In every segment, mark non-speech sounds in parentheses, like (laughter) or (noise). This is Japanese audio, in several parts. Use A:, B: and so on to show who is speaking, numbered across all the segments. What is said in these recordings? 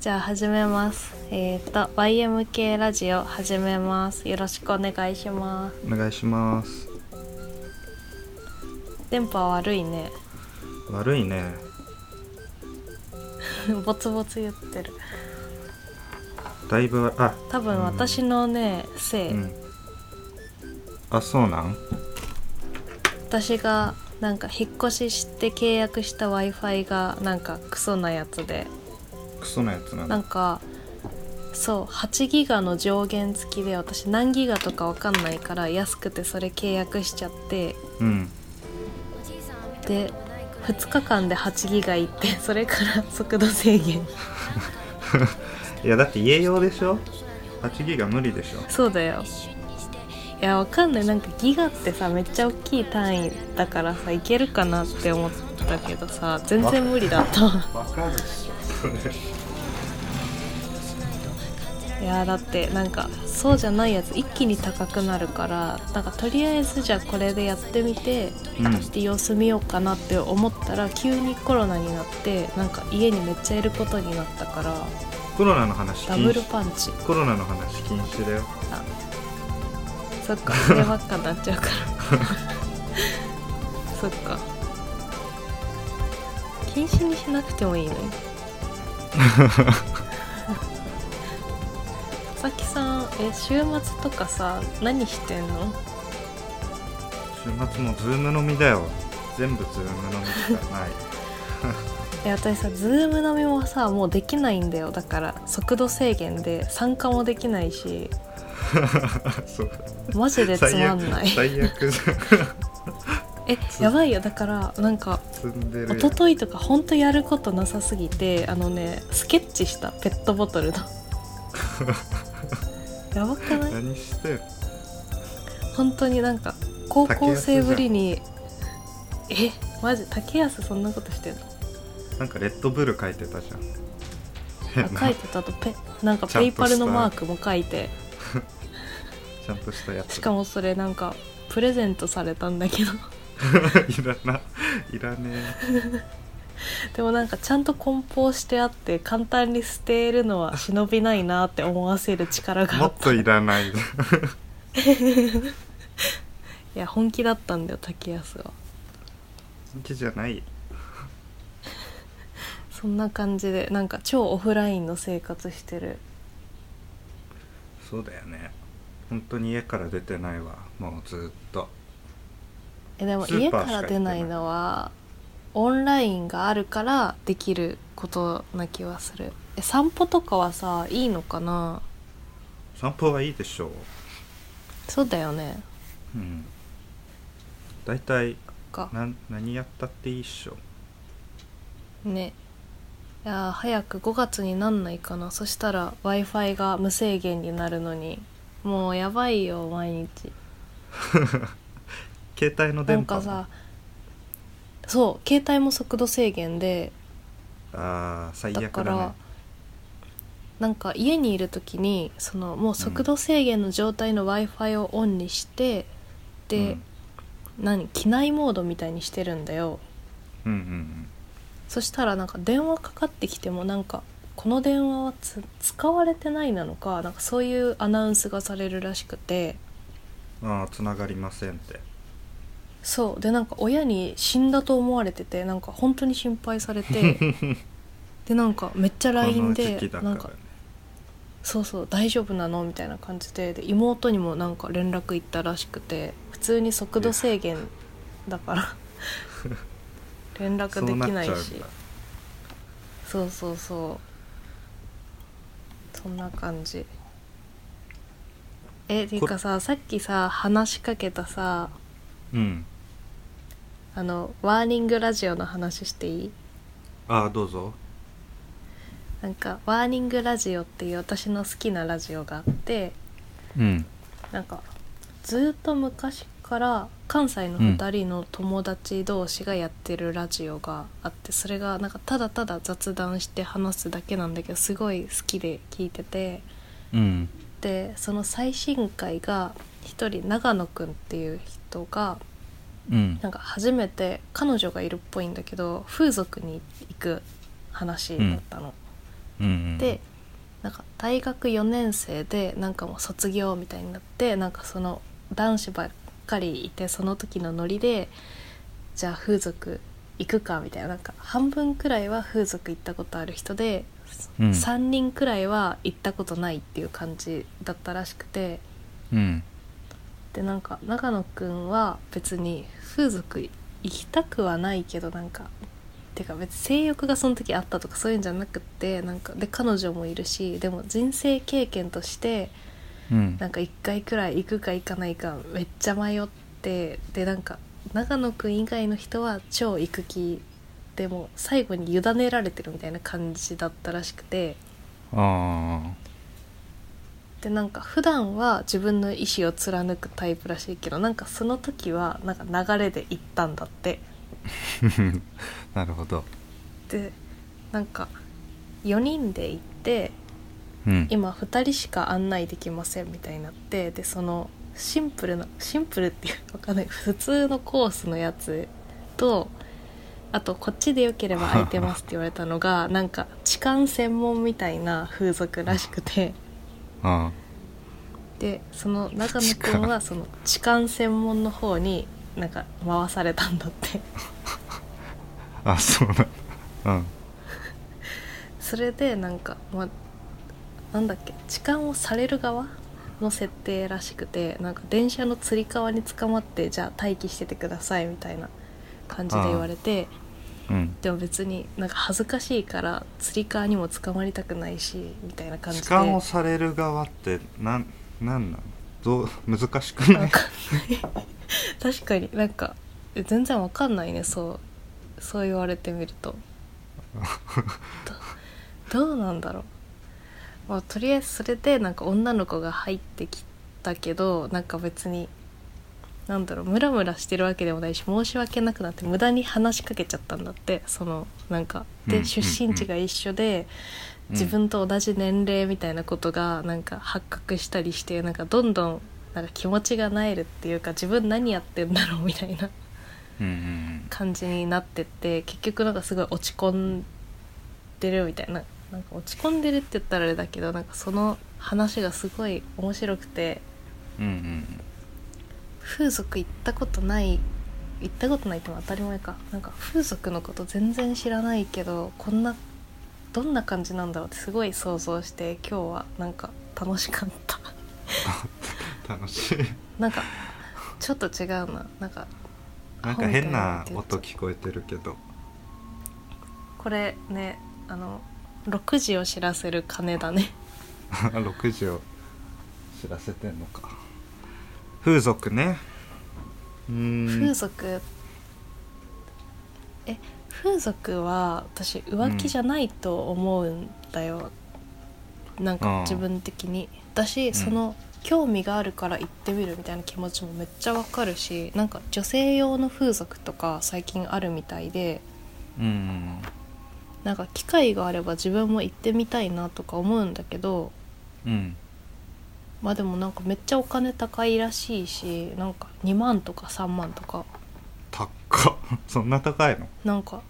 A: じゃあ始めます。えっ、と YMK ラジオ始めます。よろしくお願いします。
B: お願いします
A: 電波悪いね。 (laughs)
B: 悪いね
A: ボツボツ言ってる。
B: だいぶあ
A: 多分私のね、せい、
B: うんあそうなん
A: 私がなんか引っ越しして契約した w i f i がなんかクソなやつで
B: クソなやつなん
A: な
B: だ
A: んかそう8ギガの上限付きで私何ギガとかわかんないから安くてそれ契約しちゃって
B: うん
A: で2日間で8ギガいってそれから速度制限
B: いやだって家用でしょ8ギガ無理でしょ
A: そうだよいやわかんないなんかギガってさめっちゃ大きい単位だからさいけるかなって思ったけどさ全然無理だったわ
B: わかるでしょ
A: いやーだってなんかそうじゃないやつ一気に高くなるからなんかとりあえずじゃあこれでやってみて、
B: うん
A: で様子見ようかなって思ったら急にコロナになってなんか家にめっちゃいることになったから
B: コロナの話
A: ダ
B: 禁
A: ブル
B: 止
A: パンチ
B: コロナの話禁止だよ
A: あそっ
B: (laughs)
A: かそればっかになっちゃうから (laughs) そっか禁止にしなくてもいいのに
B: (laughs)
A: 佐々木さんえ週末とかさ何してんの
B: 週末もズーム飲みだよ全部ズーム飲みしかない (laughs)
A: え私さズーム飲みもさもうできないんだよだから速度制限で参加もできないし
B: そう
A: マジでつ
B: 最
A: まんな
B: 悪
A: い
B: 最悪じ
A: (laughs) えやばいよだからなんか
B: ゃん積んでる
A: 一昨日とかほんとやることなさすぎてあのねスケッチしたペットボトルの
B: (laughs)
A: やばくない
B: 何してん
A: 本当になんか高校生ぶりにえマジ竹安そんなことしてんの
B: なんかレッドブル書いてたじゃん変
A: あ
B: な
A: 書いてたあとペなんか
B: ちゃ
A: ペイ
B: んと
A: パ
B: した
A: ルのマークも書いて
B: (laughs) ちゃんとしたやつ
A: しかもそれなんかプレゼントされたんだけど (laughs)
B: (laughs) いらないらね
A: でもなんかちゃんと梱包してあって簡単に捨てるのは忍びないなって思わせる力
B: え
A: が
B: も
A: あっ
B: ったと
A: い
B: いらない
A: や本気だったんだよ竹安は。
B: 好きじゃない
A: そんな感じでなんか超オフラインの生活してる
B: そうだよね本当に家から出てないわもうずっと
A: えでも
B: スー
A: 家か
B: パーしから行って
A: 出
B: な
A: ないいのはオンラインがあるからできることな気はするえ散歩とかはさいいのかな
B: 散歩はいいでしょう
A: そうだよね
B: うん大体
A: か
B: なん何やったっていいっしょ
A: ねいやー早く5月になんないかなそしたら w i f i が無制限になるのにもうやばいよ毎日
B: 携帯の
A: なん
B: 電波
A: かさそう携帯も速度制限で
B: あー最
A: だか
B: 悪
A: ら
B: だね
A: なんか家にいる時にそのもう速度制限の状態の w i f i をオンにして、で、何機内モードみたいにしてるんだよ
B: うん、うんうん
A: そしたらなんか電話かかってきてもなんかこの電話はつ使われてないなのかなんかそういうアナウンスがされるらしくて
B: うんああつながりませんって
A: そうでなんか親に死んだと思われててなんか本当に心配され
B: (laughs)
A: てでなんかめっちゃ LINE
B: この
A: で
B: 時期だか
A: な
B: ら
A: ん
B: ね
A: かそうそう大丈夫なのみたいな感じでで妹にもなんか連絡行ったらしくて普通に速度制限だから連絡
B: そう
A: で
B: なっ
A: き
B: ちゃ
A: な
B: う
A: い
B: んだ
A: しそうそうそうそんな感じえっていうかささっきさ話しかけたさ
B: うん
A: あのワーニングラジオの話していい
B: ああどうぞ
A: なんかワーニングラジオっていう私の好きなラジオがあって
B: うん
A: なんかずっと昔から関西の2人の友達同士がやってるラジオがあって、それがなんかただただ雑談して話すだけなんだけどすごい好きで聞いてて
B: うん
A: でその最新回が一人長野くんっていう人が
B: うん
A: なんか初めて彼女がいるっぽいんだけど風俗に行く話だったの。
B: うん
A: でなんか大学4年生でなんかもう卒業みたいになってなんかその男子ばっかりいてその時のノリでじゃあ風俗行くかみたいななんか半分くらいは風俗行ったことある人で、
B: うん
A: 3人くらいは行ったことないっていう感じだったらしくて
B: うん
A: でなんか長野くんは別に風俗行きたくはないけどなんかてか別に性欲がその時あったとかそういうんじゃなくってなんかで彼女もいるしでも人生経験として
B: うん
A: なんか1回くらい行くか行かないかめっちゃ迷ってでなんか長野くん以外の人は超行く気でも最後に委ねられてるみたいな感じだったらしくて。
B: あ
A: でなんか普段は自分の意思を貫くタイプらしいけどなんかその時はなんか流れで行ったんだって
B: ー (laughs) なるほど
A: でなんか4人で行って
B: うん
A: 今2人しか案内できませんみたいになってでそのシンプルなシンプルっていうのかんない普通のコースのやつとあとこっちでよければ空いてますって言われたのがなんか痴漢専門みたいな風俗らしくて。
B: あ
A: でその中野くんはその痴漢専門の方になんか回されたんだって (laughs)
B: ーあそうなんだうん
A: それでなんか、ま、なんだっけ痴漢をされる側の設定らしくてなんか電車のつり革に捕まってじゃあ待機しててくださいみたいな感じで言われて
B: うん
A: でも別になんか恥ずかしいからつり革にも捕まりたくないしみたいな感じ
B: 痴
A: で
B: 漢をされる側ってなんなんなのどう難しくな
A: わ
B: い
A: かん (laughs) ない確かになんかえ全然わかんないねそうそう言われてみるとどどうなんだろう、まあ、とりあえずそれでなんか女の子が入ってきたけどなんか別になんだろうムラムラしてるわけでもないし申し訳なくなって無駄に話しかけちゃったんだってそのなんか
B: うん
A: で出身地が一緒で、
B: うん
A: 自分と同じ年齢みたいなことがなんか発覚したりしてなんかどんどんなんか気持ちがなえるっていうか自分何やってんだろうみたいな
B: うんうん
A: 感じになってって (laughs) 結局なんかすごい落ち込んでるみたいななんか落ち込んでるって言ったらあれだけどなんかその話がすごい面白くて
B: うんうん
A: 風俗行ったことない行ったことないっても当たり前かなんか風俗のこと全然知らないけどこんなどんな感じなんだろうってすごい想像して今日はなんか楽しかった (laughs)
B: 楽しい
A: なんかちょっと違うななんか
B: なんか変な音聞こえてるけど
A: これねあの6時を知らせる鐘だね
B: (laughs) 6時を知らせてんのか風俗ねうー
A: 風
B: ん
A: 俗え風俗は私浮気じゃないと思うんだよ、なん
B: ああ
A: か自分的にだし、
B: ん
A: その興味があるから行ってみるみたいな気持ちもめっちゃわかるしなんか女性用の風俗とか最近あるみたいで
B: うん
A: なんか機会があれば自分も行ってみたいなとか思うんだけど
B: うん
A: まあでもなんかめっちゃお金高いらしいしなんか2万とか3万とか
B: 高っそんな高いの
A: なんか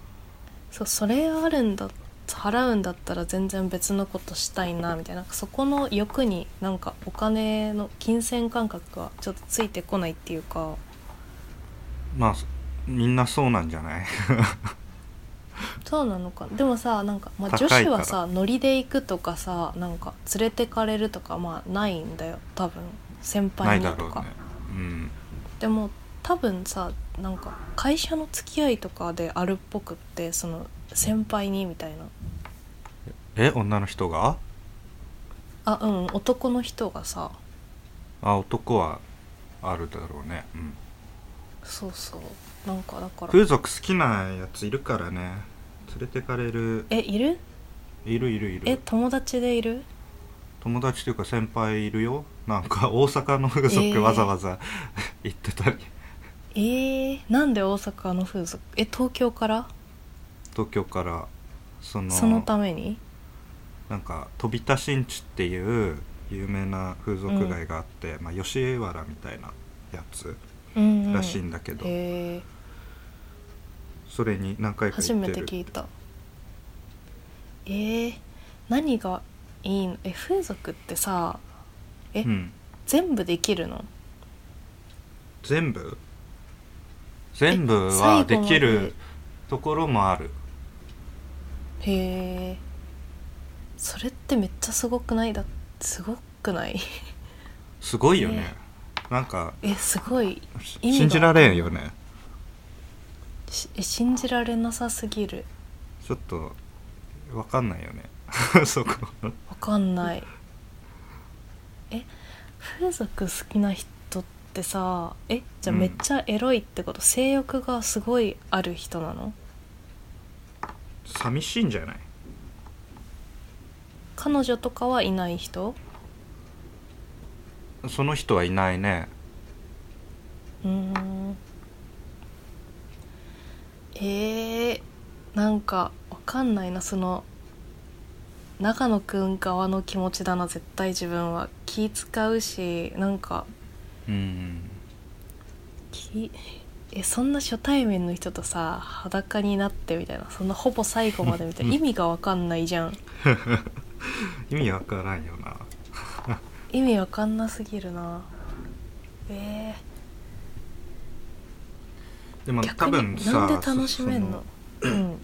A: そうそれあるんだ払うんだったら全然別のことしたいなみたいななんかそこの欲になんかお金の金銭感覚がちょっとついてこないっていうか
B: まあそみんなそうなんじゃない
A: そうなのかでもさなんか、まあ、
B: 高い
A: 女
B: から
A: 子はさノリで行くとかさなんか連れてかれるとかまあないんだよ多分先
B: な
A: 輩
B: い
A: に
B: だ
A: と
B: ろう
A: か
B: ね。うん
A: でも多分さなんか会社の付き合いとかであるっぽくってその先輩にみたいな
B: え女の人が
A: あうん男の人がさ
B: あ男はあるだろうね、うん、
A: そうそうなんかだから
B: 風俗好きなやついるからね連れてかれる
A: えいる
B: いるいるい
A: え
B: る
A: 友達でいる
B: 友達というか先輩いるよなんか大阪の風
A: え
B: 俗
A: ー
B: わざわざ (laughs) 行ってたり、
A: えー、なんで大阪の風俗え東京から
B: 東京からその
A: そのために
B: なんか飛び田新地っていう有名な風俗街があって、まあ、吉原みたいなやつ
A: うん、うん、
B: らしいんだけど、
A: え
B: それに何回
A: ー、
B: か
A: 初
B: 行っ
A: め
B: てる
A: て聞いたえー、何がいいのえ風俗ってさえ
B: うん、
A: 全部できるの
B: 全部全部
A: え最
B: はで
A: 後ま
B: きるところもある
A: へえそれってめっちゃすごくないだすごくない (laughs)
B: すごいよね
A: ね
B: なんか
A: えすごい
B: し
A: 意味が
B: 信じられんよね
A: しえ信じられなさすぎる
B: ちょっとわかんないよね (laughs) そこ
A: わかんないえ風俗好きな人ってさえじゃあ
B: うん
A: めっちゃエロいってこと、性欲がすごいある人なの
B: 寂しいんじゃない
A: 彼女とかはいない人
B: その人はいないね
A: うーんえー、なんかわかんないなその長野くん側の気持ちだな絶対自分は気使うしなんか
B: うん
A: きえそんな初対面の人とさ裸になってみたいなそんなほぼ最後までみたいな意味がわかんないじゃん
B: 意味わからんよな
A: 意味わかんなすぎるなえ
B: でも
A: ー、
B: 多
A: 逆
B: 分
A: に
B: さ
A: なんで楽しめんの
B: そ
A: うん
B: その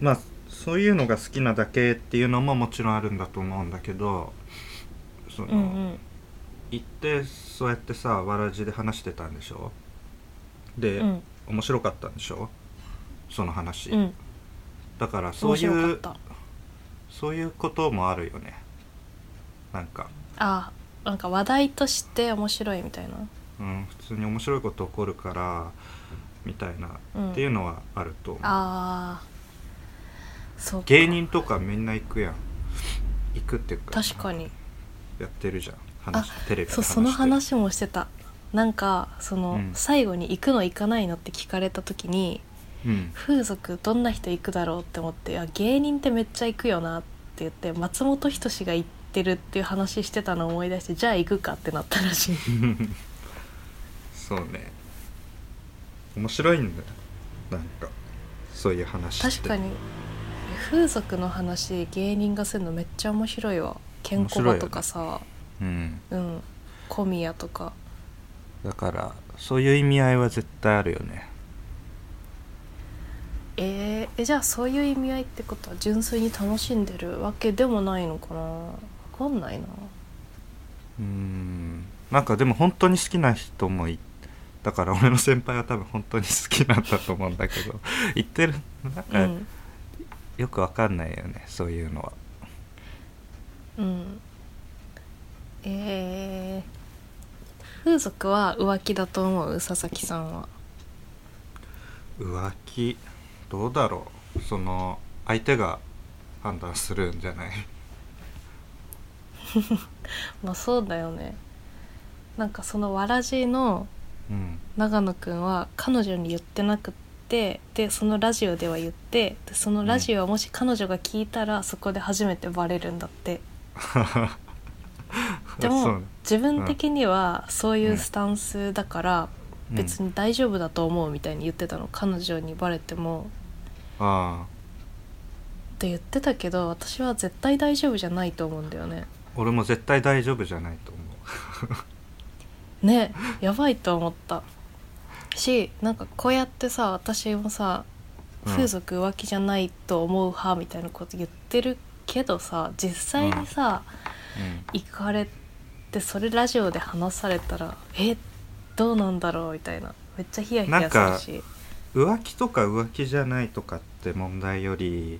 B: まあそういうのが好きなだけっていうのももちろんあるんだと思うんだけどその、
A: うんうん
B: 行ってそうやってさわらじで話してたんでしょで、
A: うん
B: 面白かったんでしょその話、
A: うん
B: だからそ
A: 面
B: うい
A: 白かっ
B: う
A: た
B: そういうこともあるよねなんか、
A: あなんか話題として面白いみたいな、
B: うん、普通に面白いこと起こるからみたいな、
A: うん、
B: っていうのはあると思う
A: ああそうか
B: 芸人とかみんな行くやん行くっていうか
A: 確かに
B: やってるじゃん話テレビで
A: そう
B: 話して
A: その話もしてたなんかその、
B: うん
A: 最後に行くの行かないのって聞かれた時に
B: うん
A: 風俗どんな人行くだろうって思ってあ芸人ってめっちゃ行くよなって言って松本人志が行ってるっていう話してたのを思い出してじゃあ行くかってなったらしい
B: そうね面白いんだよなんかそういう話って
A: 確かに風俗の話芸人がするのめっちゃ面白いわケンコバとかさ、
B: うん
A: うん小宮とか
B: だからそういう意味合いは絶対あるよね
A: えーえじゃあそういう意味合いってことは純粋に楽しんでるわけでもないのかなわかんないな
B: うんなんかでも本当に好きな人もいだから俺の先輩は多分本当に好きなんだと思うんだけ (laughs) ど言ってるなん
A: う
B: か、
A: ん、
B: よくわかんないよねそういうのは
A: うん、えー、風俗は浮気だと思う佐々木さんは
B: 浮気どうだろうその相手が判断するんじゃない
A: まあそうだよねなんかそのわらじの
B: うん
A: 長野くんは彼女に言ってなくってでそのラジオでは言ってでそのラジオはもし彼女が聞いたらそこで初めてバレるんだってで
B: (laughs) そ
A: も
B: う
A: 自分的にはそういうスタンスだから
B: うん
A: 別に大丈夫だと思うみたいに言ってたの、彼女にバレても
B: ああ
A: って言ってたけど私は絶対大丈夫じゃないと思うんだよね
B: 俺も絶対大丈夫じゃないと思
A: ねやばいと思ったしなんかこうやってさ私もさ
B: うん
A: 風俗浮気じゃないと思う派みたいなこと言ってるけどさ実際にさ、
B: う、
A: 行かれてそれラジオで話されたらえどうなんだろうみたいなめっちゃヒヤヒヤするし
B: うん、浮気とか浮気じゃないとかって問題より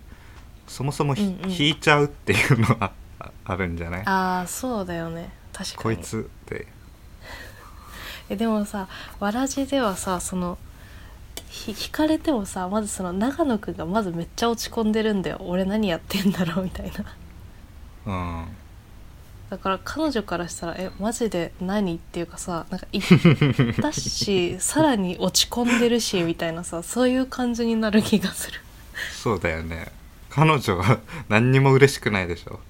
B: そもそもひ、
A: うんうん
B: 引いちゃうっていうのはああるんじゃない
A: ああそうだよね確か
B: こ
A: に
B: いつって
A: えでもさわらじではさそのひ引かれてもさまずその長野くんがまずめっちゃ落ち込んでるんだよ俺何やってんだろうみたいな
B: うん
A: だから彼女からしたら「えマジで何?」っていうかさなんか行ったしさらに落ち込んでるしみたいなさそういう感じになる気がする
B: そうだよね彼女は何にも嬉しくないでしょ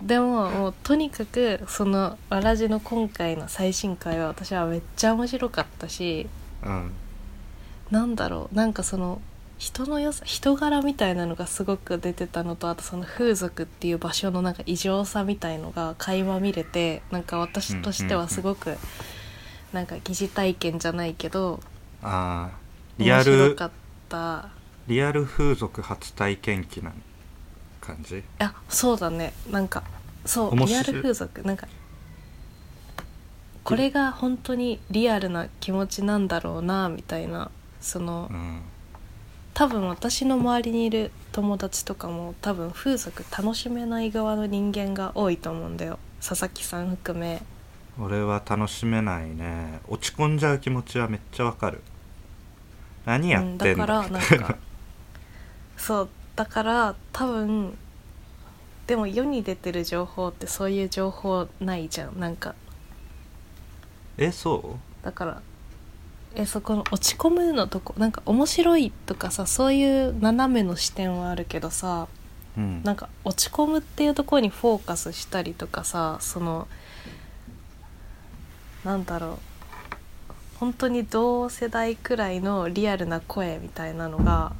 A: でももうとにかくそのわらじの今回の最新回は私はめっちゃ面白かったし
B: うん
A: なんだろうなんかその人の良さ人柄みたいなのがすごく出てたのとあとその風俗っていう場所のなんか異常さみたいのが垣間見れてなんか私としてはすごくなんか疑似体験じゃないけど
B: あーリア
A: 面白
B: ル
A: かった
B: リアル風俗初体験記な感じ
A: いやそうだねなんかそう
B: 面
A: リ
B: 白
A: ア
B: い
A: ル風俗なんかこれが本当にリアルな気持ちなんだろうなみたいなその
B: うん
A: 多分私の周りにいる友達とかも多分風俗楽しめない側の人間が多いと思うんだよ佐々木さん含め
B: 俺は楽しめないね落ち込んじゃう気持ちはめっちゃわかる何やっ
A: うん、だ
B: てん
A: か
B: の
A: らなんか (laughs) そうだから多分でも世に出てる情報ってそういう情報ないじゃんなんか
B: えそ
A: だからえそこの落ち込むのとこなんか面白いとかさそういう斜めの視点はあるけどさ
B: ううん
A: なんか落ち込むっていうところにフォーカスしたりとかさそのなんだろう本当に同世代くらいのリアルな声みたいなのが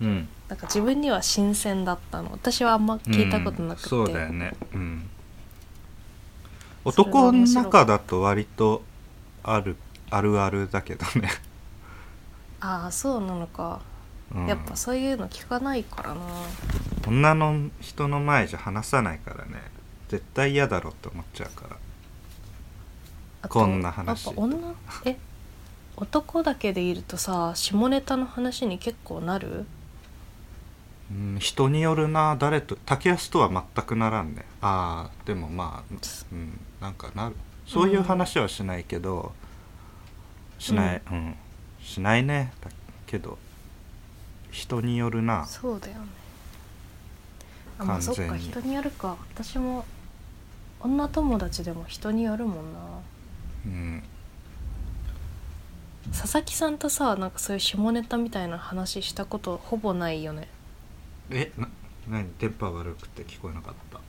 B: うん
A: なんか自分には新鮮だったの私はあんま聞いたことなくて、
B: うんそうだよねうん
A: それは
B: 男の
A: 面白い
B: 中だと割とあるあるあるだけど
A: (laughs)
B: ね、
A: ああそうなのか、
B: うん、
A: やっぱそういうの聞かないからな
B: 女の人の前じゃ話さないからね絶対嫌だろって思っちゃうから
A: あと
B: こんな話
A: やっぱ女え男だけでいるとさ下ネタの話に結構なる
B: うん人によるな誰と竹安とは全くならんねああでもまあ、うん、なんかなるそういう話はしないけど、しないうん、しないねだけど人によるな
A: そうだよねあまあそ
B: 完
A: っ
B: 全に
A: か人によるか私も女友達でも人によるもんな
B: うん
A: 佐々木さんとさなんかそういう下ネタみたいな話したことほぼないよね
B: えな何電波悪くて聞こえなかった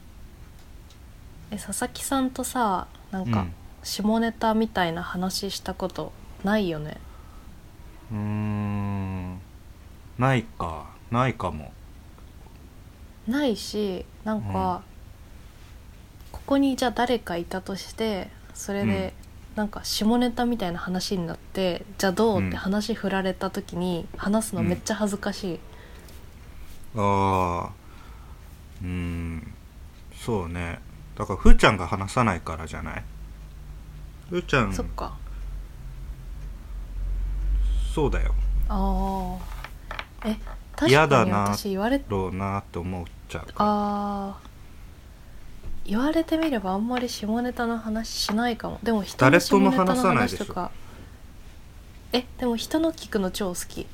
A: え佐々木さんとさなん
B: う
A: か
B: ん
A: 下ネタみたいな話したことないよね、
B: うーんないかないかも
A: ないしなんか、ここにじゃあ誰かいたとしてそれで、なんか下ネタみたいな話になってじゃあどう、
B: うん
A: って話振られた時に話すのめっちゃ恥ずかしい、
B: ああうーんそうねだからふーちゃんが話さないからじゃないふーちゃん
A: そっか
B: そうだよ
A: ああえ確
B: 嫌だ
A: かに
B: な
A: 私言われ
B: ろうなって思っちゃうから
A: あー言われてみればあんまり下ネタの話しないかもでも人の
B: 誰と
A: 下
B: も
A: ネタの
B: 話さないで
A: 話
B: しょ
A: とかえでも人の聞くの超好き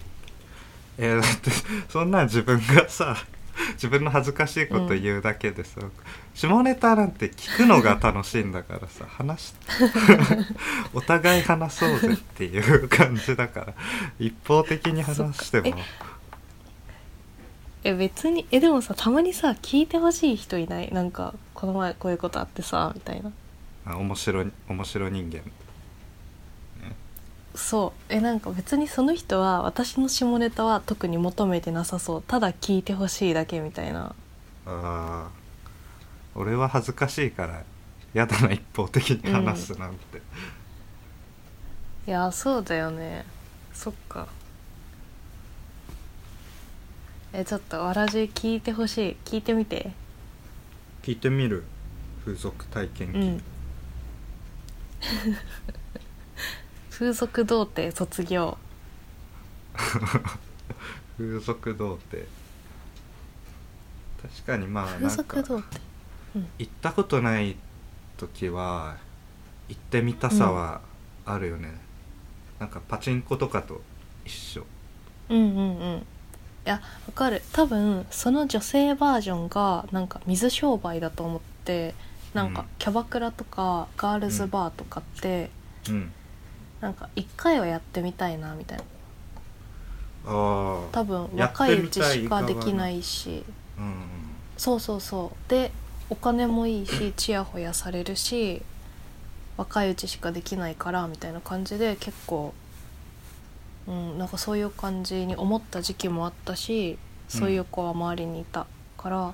B: えーだってそんなん自分がさ自分の恥ずかしいこと言うだけでさ、下ネタなんて聞くのが楽しいんだからさ話
A: (laughs)
B: しお互い話そうぜっていう感じだから一方的に話し
A: そ
B: て
A: っ
B: も
A: かえ別にえでもさたまにさ聞いてほしい人いないなんかこの前こういうことあってさみたいな
B: あ面白い面白人間
A: そうえなんか別にその人は私の下ネタは特に求めてなさそうただ聞いてほしいだけみたいな
B: あー俺は恥ずかしいからやだな一方的に話すなんて、
A: いやそうだよねそっかえちょっとわらじ聞いてほしい聞いてみて
B: 聞いてみる風俗体験記、
A: うん (laughs) 風俗童貞卒業
B: 風俗童貞確かにまあ
A: 風
B: なん
A: 俗童
B: か
A: 貞
B: 行ったことない時は行ってみたさはあるよね、なんかパチンコとかと一緒
A: うんうんうんいやわかる多分その女性バージョンがなんか水商売だと思ってなん
B: う
A: か
B: ん
A: キャバクラとかガールズバーとかって、
B: うん
A: なんか一回はやってみたいなみたいな
B: ああ
A: 多分
B: やっ
A: 若
B: て
A: い
B: み
A: うち
B: たい
A: しかできないし
B: うんうん
A: そうそうそうでお金もいいしちやほやされるし若いうちしかできないからみたいな感じで結構うん、なんかそういう感じに思った時期もあったしそういう子は周りにいたから、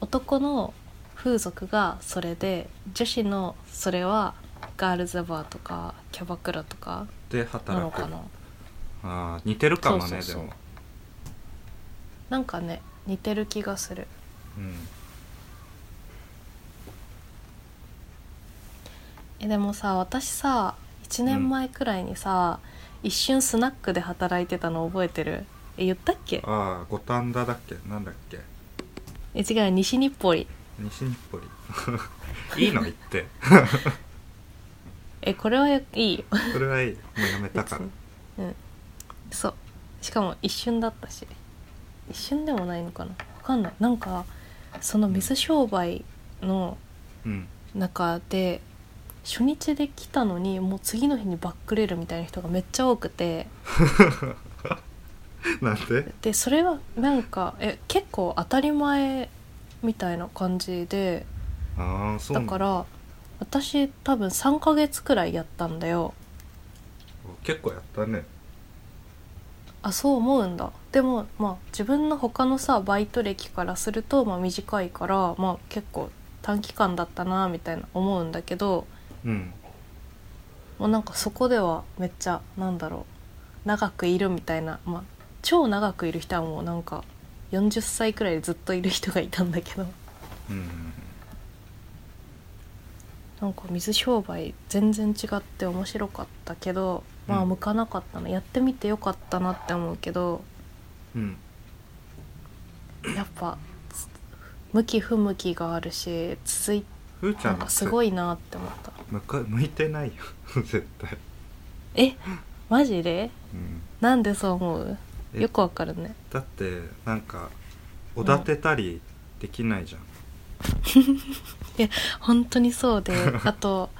A: 男の風俗がそれで女子のそれはガールズバーとかキャバクラとかな
B: で
A: の
B: 働く
A: かな
B: あー似てるかもね
A: そうそうそう
B: でも、
A: なんかね似てる気がする
B: うん、
A: えでもさ私さ1年前くらいにさ、一瞬スナックで働いてたの覚えてるえ言ったっけ
B: ああ五反田だっけなんだっけ
A: え違う西日暮里
B: 西日暮
A: (laughs)
B: 里 (laughs) いいの言って
A: えこれはいいよ
B: それはいいもうやめたか
A: 別
B: ら
A: に (laughs) うんそうしかも一瞬だったし一瞬でもないのかな分かんないなんかその水商売の
B: うん
A: 中で初日で来たのにもう次の日にバックレるみたいな人がめっちゃ多くて
B: なんで
A: でそれはなんかえ結構当たり前みたいな感じで
B: ああそう
A: だ
B: なん
A: から、私多分3ヶ月くらいやったんだよ
B: 結構やったね
A: あそう思うんだでもまあ自分の他のさバイト歴からすると、まあ、短いから、まあ、結構短期間だったなみたいな思うんだけど
B: うん
A: もうなんかそこではめっちゃなんだろう長くいるみたいな、まあ、超長くいる人はもうなんか40歳くらいでずっといる人がいたんだけど
B: うん
A: なんか水商売全然違って面白かったけどまあ
B: うん
A: 向かなかったの、やってみてよかったなって思うけど
B: うん
A: やっぱつ向き不向きがあるし続い
B: ふーち
A: な
B: ゃ
A: ん
B: ん
A: かすごいなって思った
B: 向か向いてないよ (laughs) 絶対、
A: えマジで
B: うん、
A: なんでそう思う
B: え
A: よくわかるね
B: だってなんかおだてたりできないじゃん、
A: 本当にそう
B: (laughs)
A: であと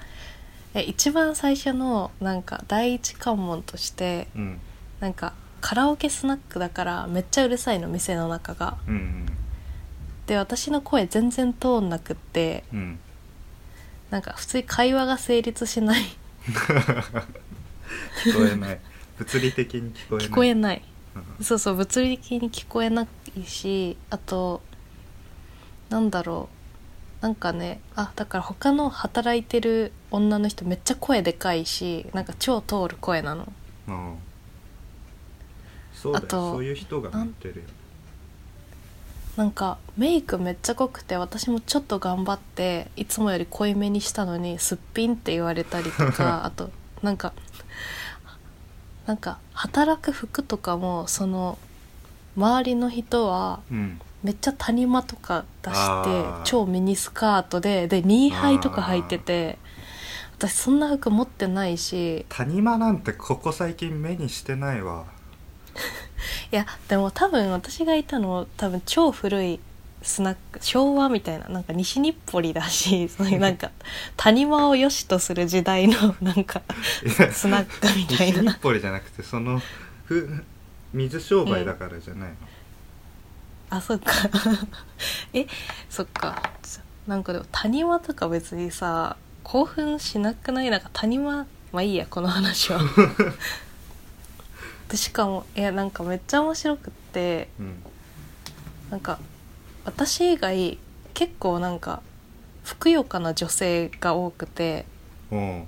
A: え一番最初のなんか第一関門として
B: うん、
A: なんかカラオケスナックだからめっちゃうるさいの店の中が
B: うんうん
A: で私の声全然通んなくって
B: うん
A: なんか普通に会話が成立しない
B: 聞こえない
A: (laughs)
B: 物理的に聞こえない
A: 聞こえない
B: うん
A: そうそう物理的に聞こえないしあとなんだろうなんかねあだから他の働いてる女の人めっちゃ声でかいしなんか超通る声なの
B: うんそうだよ
A: あと
B: そういう人が向いてるよ
A: なんかメイクめっちゃ濃くて私もちょっと頑張っていつもより濃いめにしたのにすっぴんって言われたりと
B: (laughs)
A: かあとなんかなんか働く服とかもその周りの人は
B: うん
A: めっちゃ谷間とか出して
B: あー
A: 超ミニスカートででニーハイとか履いてて私そんな服持ってないし
B: 谷間なんてここ最近目にしてないわ
A: (laughs) いやでも多分私がいたの多分超古いスナック昭和みたいななんか西日暮里だしそういうなんか谷間を良しとする時代のなんか
B: いや
A: スナックみた
B: 西
A: い
B: 日 (laughs)
A: な
B: 暮里じゃなくてそのふ水商売だからじゃないの、
A: あそっかえそっかなんかでも谷間とか別にさ興奮しなくないなんか谷間まあいいやこの話はでしかもいやなんかめっちゃ面白くって
B: うん
A: なんか私以外結構なんかふくよかな女性が多くて
B: おう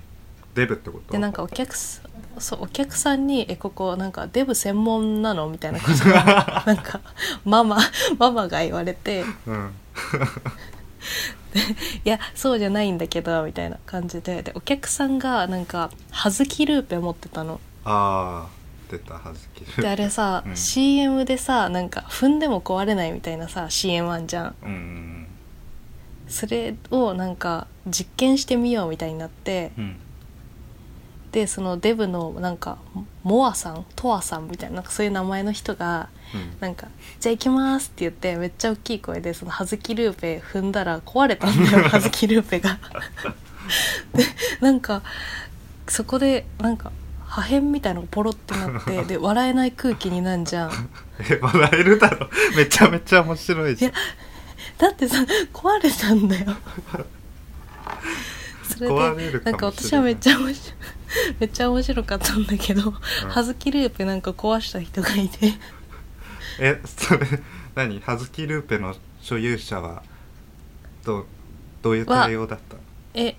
B: デブってこと
A: でなんかお客さそうお客さんに「えここなんかデブ専門なの?」みたいな
B: (laughs)
A: ことがなんかママママが言われて
B: うん
A: 「いやそうじゃないんだけど」みたいな感じででお客さんがなんか葉月ルーペ持ってたの。
B: ああ出たはずき
A: であれさ、
B: うん
A: CM でさなんか踏んでも壊れないみたいなさ CM あんじゃん。
B: うんうん
A: それをなんか実験してみようみたいになって
B: うんうん
A: でそのデブのなんかモアさんトアさんみたいななんかそういう名前の人が「なんかじゃあ行きます」って言ってめっちゃ大きい声でその葉月ルーペ踏んだら壊れたんだよ葉月ルーペが。でなんかそこでなんか破片みたいなのがポロってなってで笑えない空気になんじゃん。
B: え笑えるだろ (laughs) めちゃめちゃ面白いじゃん (laughs)
A: だってさ壊れたんだよそそれ
B: 壊れ
A: で
B: るか
A: なん
B: も
A: か
B: し
A: 私
B: れ
A: は
B: な
A: め
B: い
A: っちゃ面白 (laughs) めっちゃ面白かったんだけど、葉月ルーペなんか壊した人がいて
B: えそれ何葉月ルーペの所有者はどうどういう対応だったの
A: え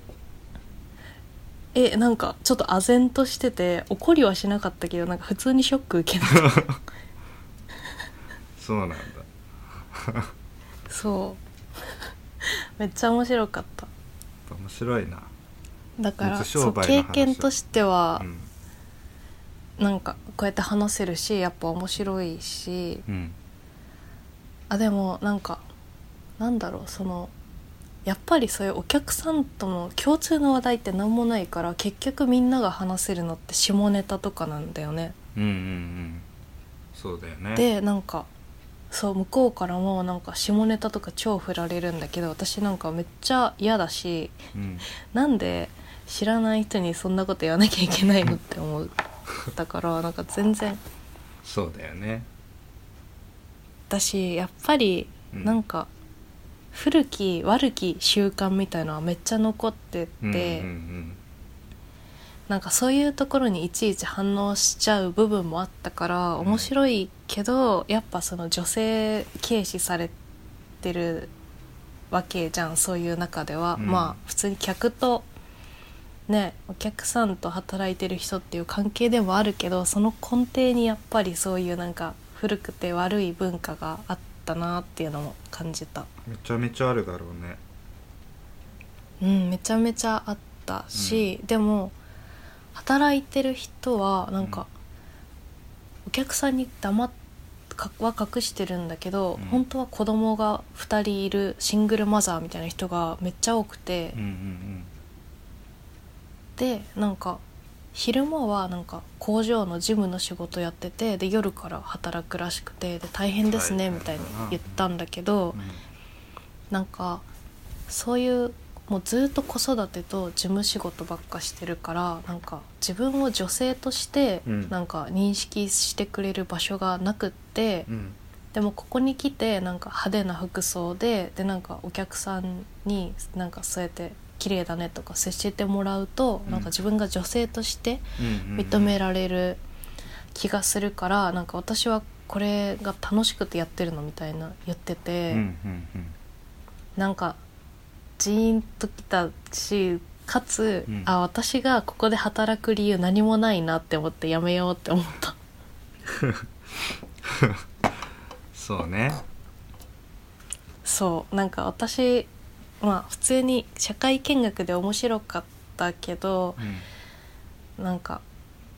A: えなんかちょっと唖然としてて怒りはしなかったけどなんか普通にショック受け
B: (laughs)
A: な
B: そうなんだ
A: そうめっちゃ面白かった
B: 面白いな、
A: だから
B: 水
A: そ
B: 商
A: う
B: 売の
A: 経
B: 話
A: 験としては
B: う、ん
A: なんかこうやって話せるしやっぱ面白いし
B: うん、
A: あでもなんかなんだろうそのやっぱりそういうお客さんとの共通の話題って何もないから結局みんなが話せるのって下ネタとかなんだよね。
B: うんうんうんそうだよね
A: でなんかそう向こうからもなんか下ネタとか超振られるんだけど私なんかめっちゃ嫌だし
B: うん、
A: なんで知らない人にそんなこと言わなきゃいけないのって思うだからなんか全然
B: そうだよね
A: だしやっぱり
B: うん
A: なんか古き悪き習慣みたいのはめっちゃ残ってて、
B: うんうん
A: なんかそういうところにいちいち反応しちゃう部分もあったから
B: うん
A: 面白いけど、やっぱその女性軽視されてるわけじゃんそういう中では、
B: うん
A: まあ普通に客とねお客さんと働いてる人っていう関係でもあるけどその根底にやっぱりそういうなんか古くて悪い文化があったなっていうのも感じた。
B: うん、めちゃめちゃあるだろうね
A: うん、めちゃめちゃあったし、でも働いてる人はなんか、
B: うん
A: お客さんに黙っかは隠してるんだけど、
B: うん
A: 本当は子供が2人いるシングルマザーみたいな人がめっちゃ多くて、
B: うんうん
A: でなんか昼間はなんか工場の事務の仕事やっててで夜から働くらしくてで大変ですね
B: 大変
A: みたいに
B: だな
A: 言ったんだけど。
B: うん
A: なんかそういうもうずっと子育てと事務仕事ばっかしてるからなんか自分を女性として
B: うん
A: なんか認識してくれる場所がなくって、
B: うん
A: でもここに来てなんか派手な服装ででなんかお客さんになんかそうやって綺麗だねとか接してもらうと、
B: うん
A: なんか自分が女性として
B: うんうん
A: 認められる気がするから、なんか私はこれが楽しくてやってるのみたいな言ってて。
B: うんうんうん
A: なんかジーンときたしかつ、
B: うん
A: あ私がここで働く理由何もないなって思ってやめようって思った (laughs)
B: そうね
A: そうなんか私まあ普通に社会見学で面白かったけど
B: うん
A: なんか、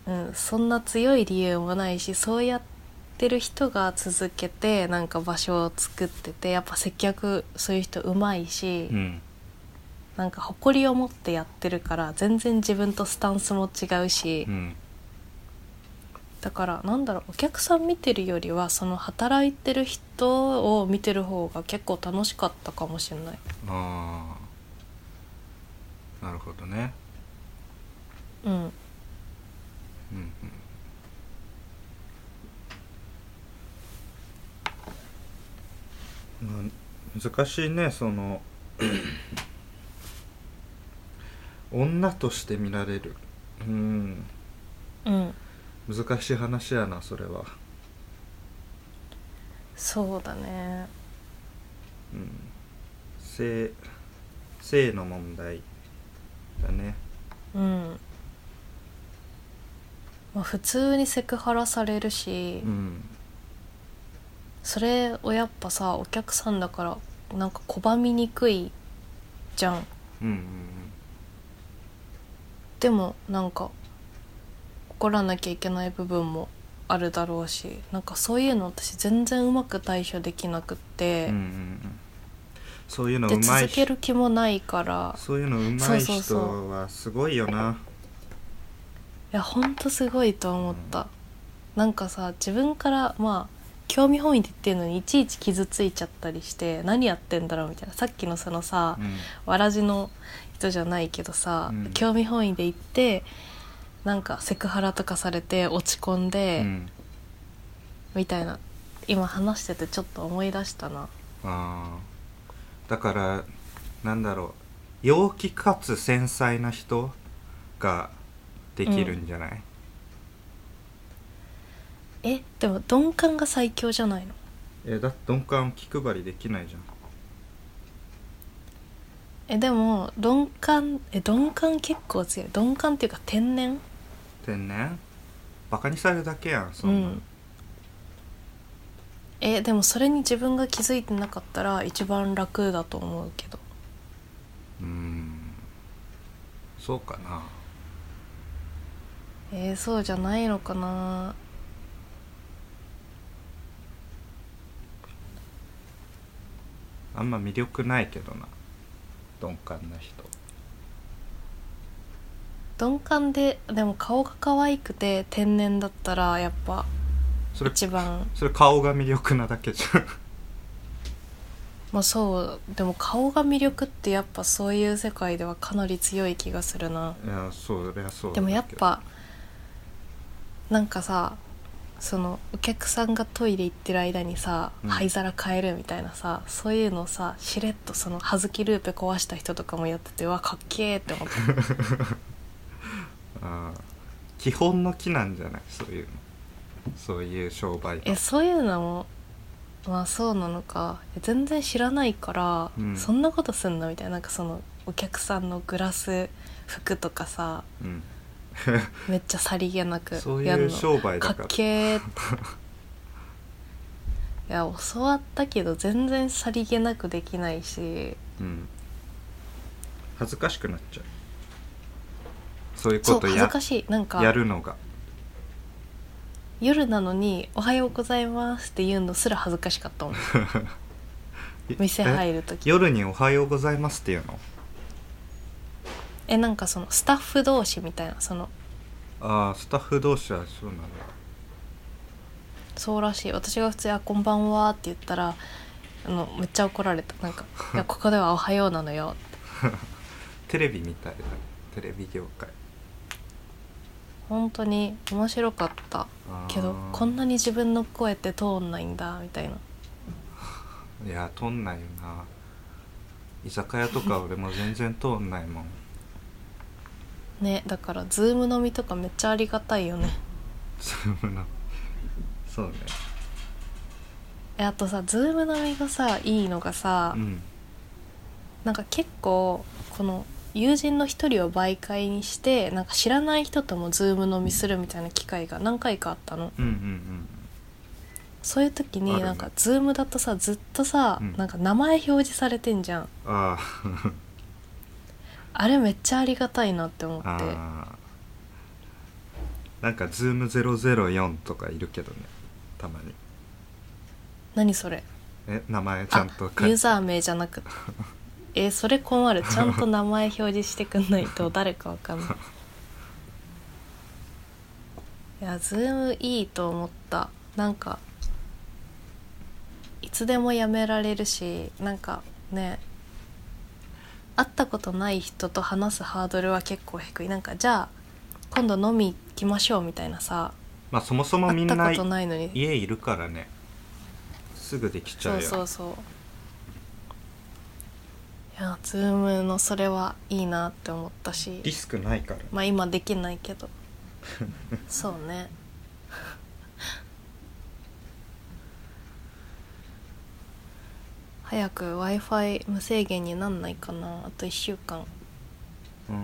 A: うん、そんな強い理由もないしそうやってる人が続けてなんか場所を作っててやっぱ接客そういう人うまいし、
B: うん
A: なんか誇りを持ってやってるから全然自分とスタンスも違うし。
B: うん
A: だからなんだろうお客さん見てるよりはその働いてる人を見てる方が結構楽しかったかもしれない
B: ああなるほどね
A: うん
B: うんうんまあ難しいねその女として見られるうん
A: うん
B: 難しい話やなそれは
A: そうだね
B: うん性性の問題だね
A: うんまあ普通にセクハラされるし、
B: うん
A: それをやっぱさお客さんだからなんか拒みにくいじゃん
B: うんうん
A: でもなんか怒らなきゃいけない部分もあるだろうしなんかそういうの私全然うまく対処できなくって、
B: うんうんうんうんそういうの
A: で
B: うまい
A: 続け
B: 人
A: る気もないから
B: そういうのう
A: そ
B: ま
A: う
B: い
A: そうそう
B: 人はすごいよない
A: やほんとすごいと思った、なんかさ自分からまあ興味本位で言ってるのにいちいち傷ついちゃったりして何やってんだろうみたいなさっきのそのさ、
B: うん
A: わらじの人じゃないけどさ、
B: うん
A: 興味本位で言ってなんかセクハラとかされて落ち込んで、
B: うん
A: みたいな今話しててちょっと思い出したな
B: あーだからなんだろう陽気かつ繊細な人ができるんじゃない、
A: えでも鈍感が最強じゃないの
B: えだって鈍感気配りできないじゃん
A: えでも鈍感え鈍感結構強い鈍感っていうか天然
B: 天然バカにされるだけやんそんなの、
A: うんえでもそれに自分が気づいてなかったら一番楽だと思うけど
B: うーんそうかな
A: えー、そうじゃないのかな
B: あんま魅力ないけどな鈍感な人
A: 鈍感ででも顔が可愛くて天然だったらやっぱ
B: それ
A: 一番
B: それ顔が魅力なだけじゃん
A: まあそうでも顔が魅力ってやっぱそういう世界ではかなり強い気がするない
B: やそりゃそうだけど
A: でもやっぱなんかさそのお客さんがトイレ行ってる間にさ、
B: うん
A: 灰皿変えるみたいなさそういうのをさしれっとその葉月ルーペ壊した人とかもやっててうわかっけーって
B: (laughs)
A: 思った
B: あー基本の木なんじゃないそういうのそういう商売の
A: えそういうのもまあそうなのかえ全然知らないから、
B: うん
A: そんなことすんのみたいななんかそのお客さんのグラス服とかさ
B: うん、
A: めっちゃさりげなく
B: そう
A: や
B: い
A: る
B: う
A: の
B: 商売
A: か
B: だ
A: っ
B: から
A: けーっていや教わったけど全然さりげなくできないし
B: うん、恥ずかしくなっちゃうそういう
A: そ
B: こ
A: う
B: と
A: 恥
B: や
A: ずかしいなんか
B: やるのが
A: 夜なのに「おはようございます」って言うのすら恥ずかしかったもん店
B: (laughs) え
A: 入る時
B: 夜に「おはようございます」っていうの
A: えなんかそのスタッフ同士みたいなその
B: ああスタッフ同士はそうなんだ
A: そうらしい私が普通にあ「こんばんは」って言ったらあのめっちゃ怒られた
B: (laughs)
A: なんか「いやここではおはようなのよ」
B: テレビみたいだねテレビ業界
A: 本当に面白かった
B: あー
A: けどこんなに自分の声って通んないんだみたいない
B: や通んないよな居酒屋とか俺も全然通んないもん (laughs)
A: ねだからズーム飲みとかめっちゃありがたいよね
B: ズームのそうね
A: えあとさズーム飲みがさいいのがさ、
B: うん
A: なんか結構この友人の一人を媒介にしてなんか知らない人ともズーム飲みするみたいな機会が何回かあったの
B: うんうん
A: そういう時
B: あ
A: に
B: るね
A: なんかズームだとさずっとさ、
B: うん
A: なんか名前表示されてんじゃん
B: うんあ
A: (laughs)
B: ー
A: あれめっちゃありがたいなって思って
B: あーなんかズーム004とかいるけどねたまに
A: 何それ
B: え名前ちゃんと
A: あ
B: 書
A: ユー
B: いて
A: ザー名じゃなくて (laughs) えそれ困るちゃんと名前表示してくんない (laughs) と誰かわかんないいやズームいいと思ったなんかいつでもやめられるしなんかね会ったことない人と話すハードルは結構低いなんかじゃあ今度飲み行きましょうみたいなさ
B: まあそもそもみ
A: 会
B: ん
A: った
B: な
A: ことないのに
B: 家いるからねすぐできちゃう
A: そ
B: よ
A: うそうそういやズームのそれはいいなって思ったし
B: リスクないから
A: まあ今できない
B: (laughs)
A: けどそうね早く w i f i 無制限になんないかなあと1週間
B: うん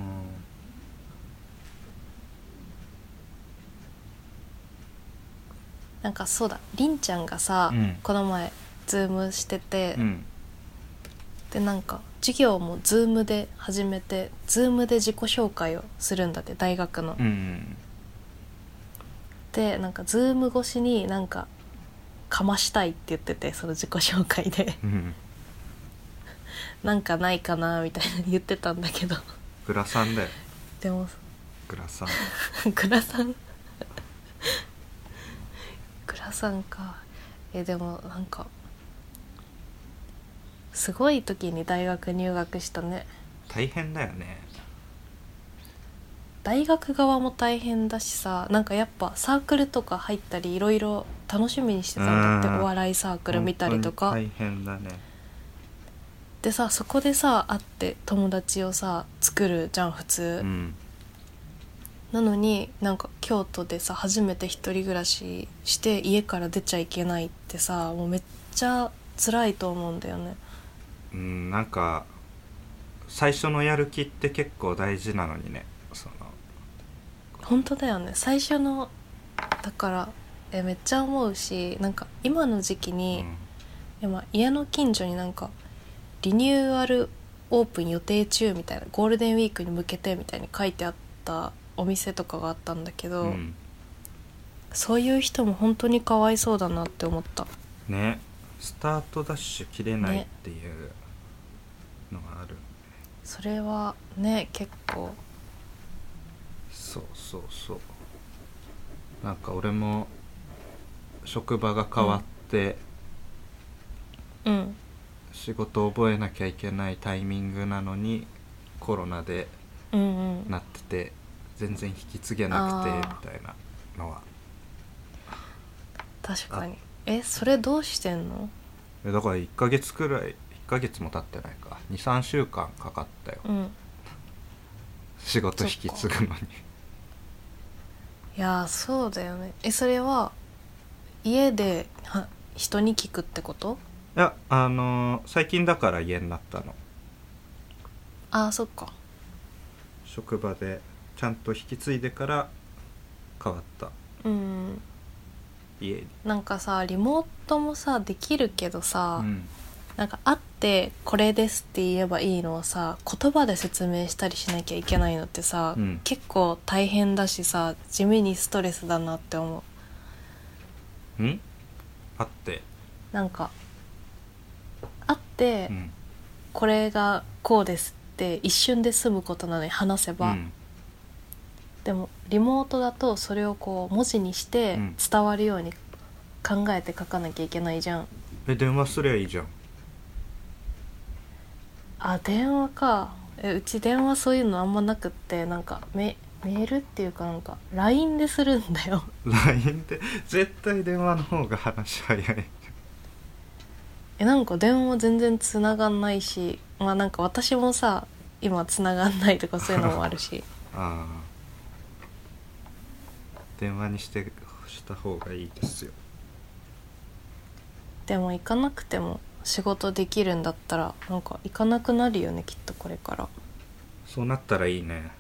A: なんかそうだりんちゃんがさ、
B: うん
A: この前ズームしてて、
B: うん
A: でなんか授業も Zoom で始めて Zoom で自己紹介をするんだって大学の。
B: うん
A: でなんか Zoom 越しになんかかましたいって言っててその自己紹介で (laughs)
B: うん
A: なんかないかなみたいな言ってたんだけど (laughs)
B: グラサンだよ
A: でも (laughs)
B: グラサン
A: グラ (laughs) さんグラさんかえでもなんかすごい時に大学入学したね
B: 大変だよね
A: 大学側も大変だしさなんかやっぱサークルとか入ったりいろいろ楽しみにしてたんだって
B: うん
A: お笑いサークル見たりとか、
B: 本当に大変だね
A: ででさそこでさ会って友達をさ作るじゃん普通、
B: うん
A: なのになんか京都でさ初めて一人暮らしして家から出ちゃいけないってさもうめっちゃ辛いと思うんだよね
B: うんなんか最初のやる気って結構大事なのにねその
A: 本当だよね最初のだからえめっちゃ思うしなんか今の時期
B: う
A: に、
B: ん
A: 今家の近所になんかリニューアルオープン予定中みたいなゴールデンウィークに向けてみたいに書いてあったお店とかがあったんだけど、
B: うん
A: そういう人も本当にかわいそうだなって思った
B: ねスタートダッシュ切れないっていうのがある、
A: それはね結構
B: そうそうそうなんか俺も職場が変わって
A: うん
B: 仕事を覚えなきゃいけないタイミングなのにコロナで
A: うんうん
B: なってて全然引き継げなくて
A: あー
B: みたいなのは
A: 確かにえそれどうしてんの
B: えだから1ヶ月くらい1ヶ月も経ってないか23週間かかったよ
A: うん
B: 仕事引き継ぐのに
A: いやーそうだよねえそれは家では人に聞くってこと
B: いやあのー最近だから家になったの
A: あーそっか
B: 職場でちゃんと引き継いでから変わった
A: うん
B: 家に
A: なんかさリモートもさできるけどさ、
B: うん
A: なんか会ってこれですって言えばいいのをさ言葉で説明したりしなきゃいけないのってさ、
B: うん
A: 結構大変だしさ地味にストレスだなって思う
B: うんあって
A: なんか会って
B: うん
A: これがこうですって一瞬で済むことなのに話せ
B: う
A: ば、
B: ん
A: でもリモートだとそれをこう文字にして
B: うん
A: 伝わるように考えて書かなきゃいけないじゃん
B: え電話すりゃいいじゃん
A: あ電話かえうち電話そういうのあんまなくってなんかメメールっていうかなんか LINE でするんだよ (laughs)
B: LINE で絶対電話の方が話早い
A: えなんか電話全然つながんないしまあなんか私もさ今つながんないとかそういうのもあるし (laughs)
B: ああ電話にしてした方がいいですよ
A: でも行かなくても仕事できるんだったらなんか行かなくなるよねきっとこれから
B: そうなったらいいね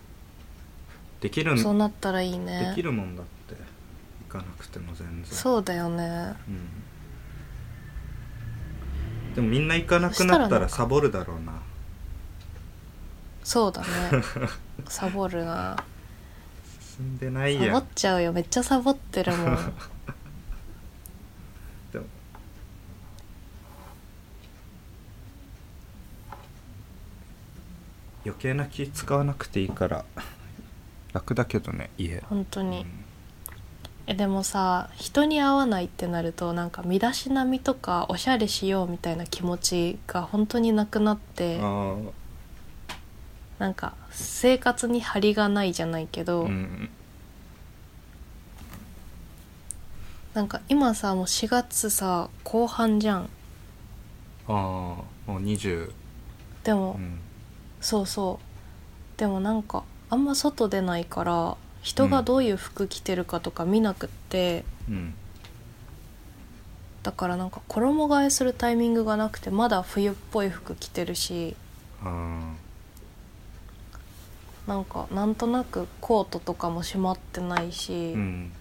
B: できるん
A: そう
B: で
A: なったらいいね
B: きるもんだって行かなくても全然
A: そうだよね
B: うんでもみんな行かなくな
A: そし
B: ったた
A: らなん
B: ら
A: か
B: サボるだろうな
A: そう
B: (laughs)
A: だねサボるな
B: 進んでない
A: サ
B: や
A: ボっ
B: ん
A: ちゃうよめっちゃサボってるも
B: (laughs)
A: ん
B: でも余計な気使わなくていいから楽だけどね家
A: 本当に、
B: うん
A: えでもさ人に会わないってなるとなんか身だしなみとかおしゃれしようみたいな気持ちが本当になくなって
B: あ
A: なんか生活に張りがないじゃないけ
B: あ
A: ど、
B: うん
A: なんか今さもう4月さ後半じゃん
B: ああもう20
A: で
B: う
A: も、
B: ん
A: そうそうでもなんかあんま外出ないから人がどういう服着てるかとか見なくって、
B: うん
A: だからなんか衣替えするタイミングがなくてまだ冬っぽい服着てるし
B: あ
A: なんかなんとなくコートとかもしまってない
B: あ
A: し、
B: うん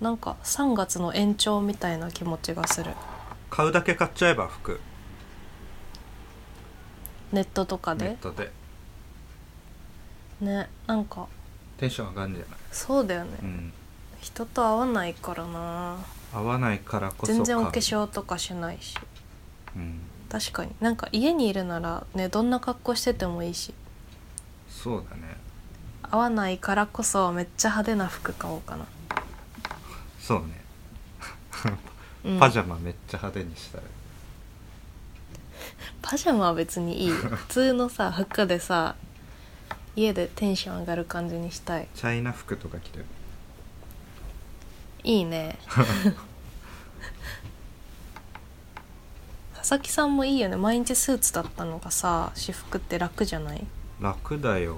A: なんか3月の延長みたいな気持ちがする
B: 買うだけ買っちゃえば服
A: ネットとか
B: ネッ
A: で
B: トで
A: ねなんか
B: テンション上がるんじゃない、
A: そうだよね、
B: うん、
A: 人と会わないからな
B: 合わないからこそ
A: 全然お化
B: 買う、
A: 粧とかしないし
B: うん、
A: 確かになんか家にいるならねどんな格好しててもいいし
B: そうだね
A: 会わないからこそめっちゃ派手な服買おうかな、
B: そうね、
A: うん、
B: パジャマめっちゃ派手にしたい
A: パジャマは別にいいよ普通のさ服でさ家でテンション上がる感じにしたい
B: チャイナ服とか着てる
A: (laughs) いいねさ佐々木さんもいいよね毎日スーツだったのがさ私服って楽じゃない
B: 楽だよ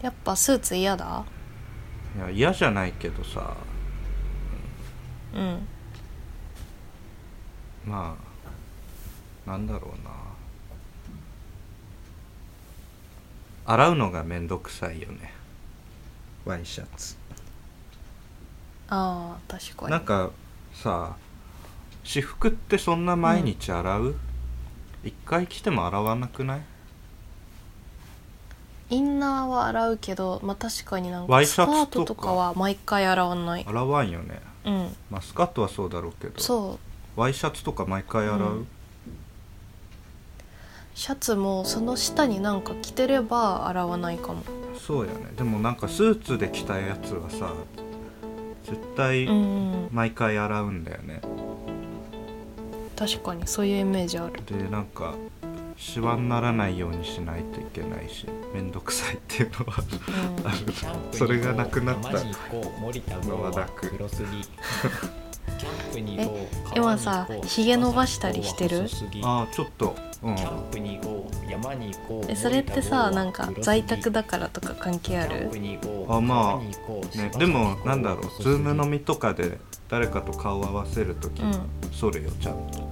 A: やっぱスーツ嫌だ
B: いや嫌じゃないけどさ
A: うん
B: まあなんだろうな洗うのがめんどくさいよねワイシャツ
A: ああ確かに
B: なんかさ私服ってそんな毎日洗う一、回着ても洗わなくない
A: インナーは洗うけどまあ確かになん
B: ワイ
A: か
B: シ
A: ス
B: ャ
A: カ
B: ツ
A: ー
B: とか
A: トとかは毎回洗わない
B: 洗わんよね
A: うん
B: まあスカートはそうだろうけど
A: そう
B: ワイシャツとか毎回洗う、
A: うんシャツもその下になんか着てれば洗わないかも
B: そうやねでもなんかスーツで着たやつはさ絶対
A: うんうん
B: 毎回洗うんだよね、
A: 確かにそういうイメージある
B: でなんかシワにならないようにしないといけないしめんどくさいっていうのは
A: うん
B: (laughs) あるそれがなくなった
C: の
B: は楽
A: え今さひげ伸ばしたりしてる
B: ああちょっとうん
C: キャンプに行こう山に行こう
A: えそれってさなんか在宅だ
C: か
A: からとか関係ある
B: あまあねでもなんだろうズーム飲みとかで誰かと顔合わせる時
A: うん
B: それよちゃんと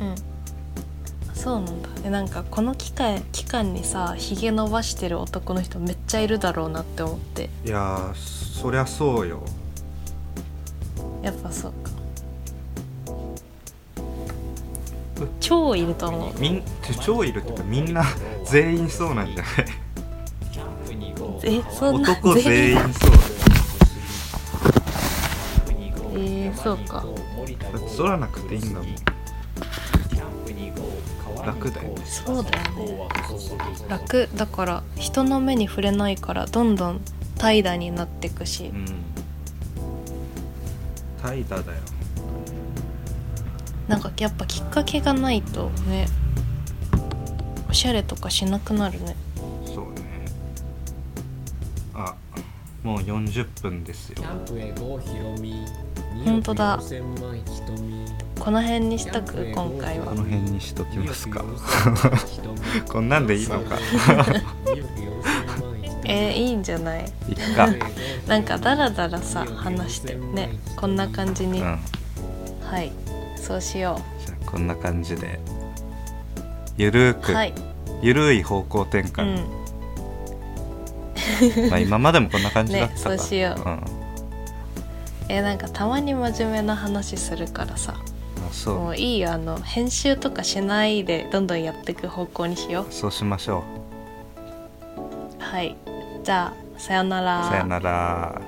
A: うんそうなんだえなんかこの期間期間にさひげ伸ばしてる男の人めっちゃいるだろうなって思って
B: いやーそりゃそうよ
A: やっぱそうか超いると思う
B: みん手帳いるっていうかみん (laughs) な全員そうなんじゃない
A: えそんな
B: 男全員そう
A: えーそうか
B: だって剃らなくていいんだもん楽だよね
A: そうだよね楽だから人の目に触れないからどんどん怠惰になってくし
B: うん怠惰だよ
A: なんかやっぱきっかけがないとねおしゃれとかしなくなるね
B: そうねあもう40分ですよ
A: ほんとだこの辺にしたく今回
B: こ
A: は
B: の辺にしときますかこん
C: な
B: (laughs) なんでいいのか
A: えー、いいんじゃない
B: いっか
A: なんかダラダラさ話してねこんな感じ
B: うん
A: に、
B: じゃ
A: はいそうしよ
B: あこんな感じでゆるー
A: う
B: く、
A: はい
B: ゆるい方向転
A: う
B: 換、
A: ん
B: まあ今までもこんな感じだったか、、
A: (laughs) ねそうしようん
B: あ
A: えーなんかたまに真面目な話するからさも
B: そう
A: いいよあの編集とかしないでどんどんやっていく方向にしよ
B: うそうしましょ
A: うはいじゃあさよな
B: う
A: ら
B: さよなら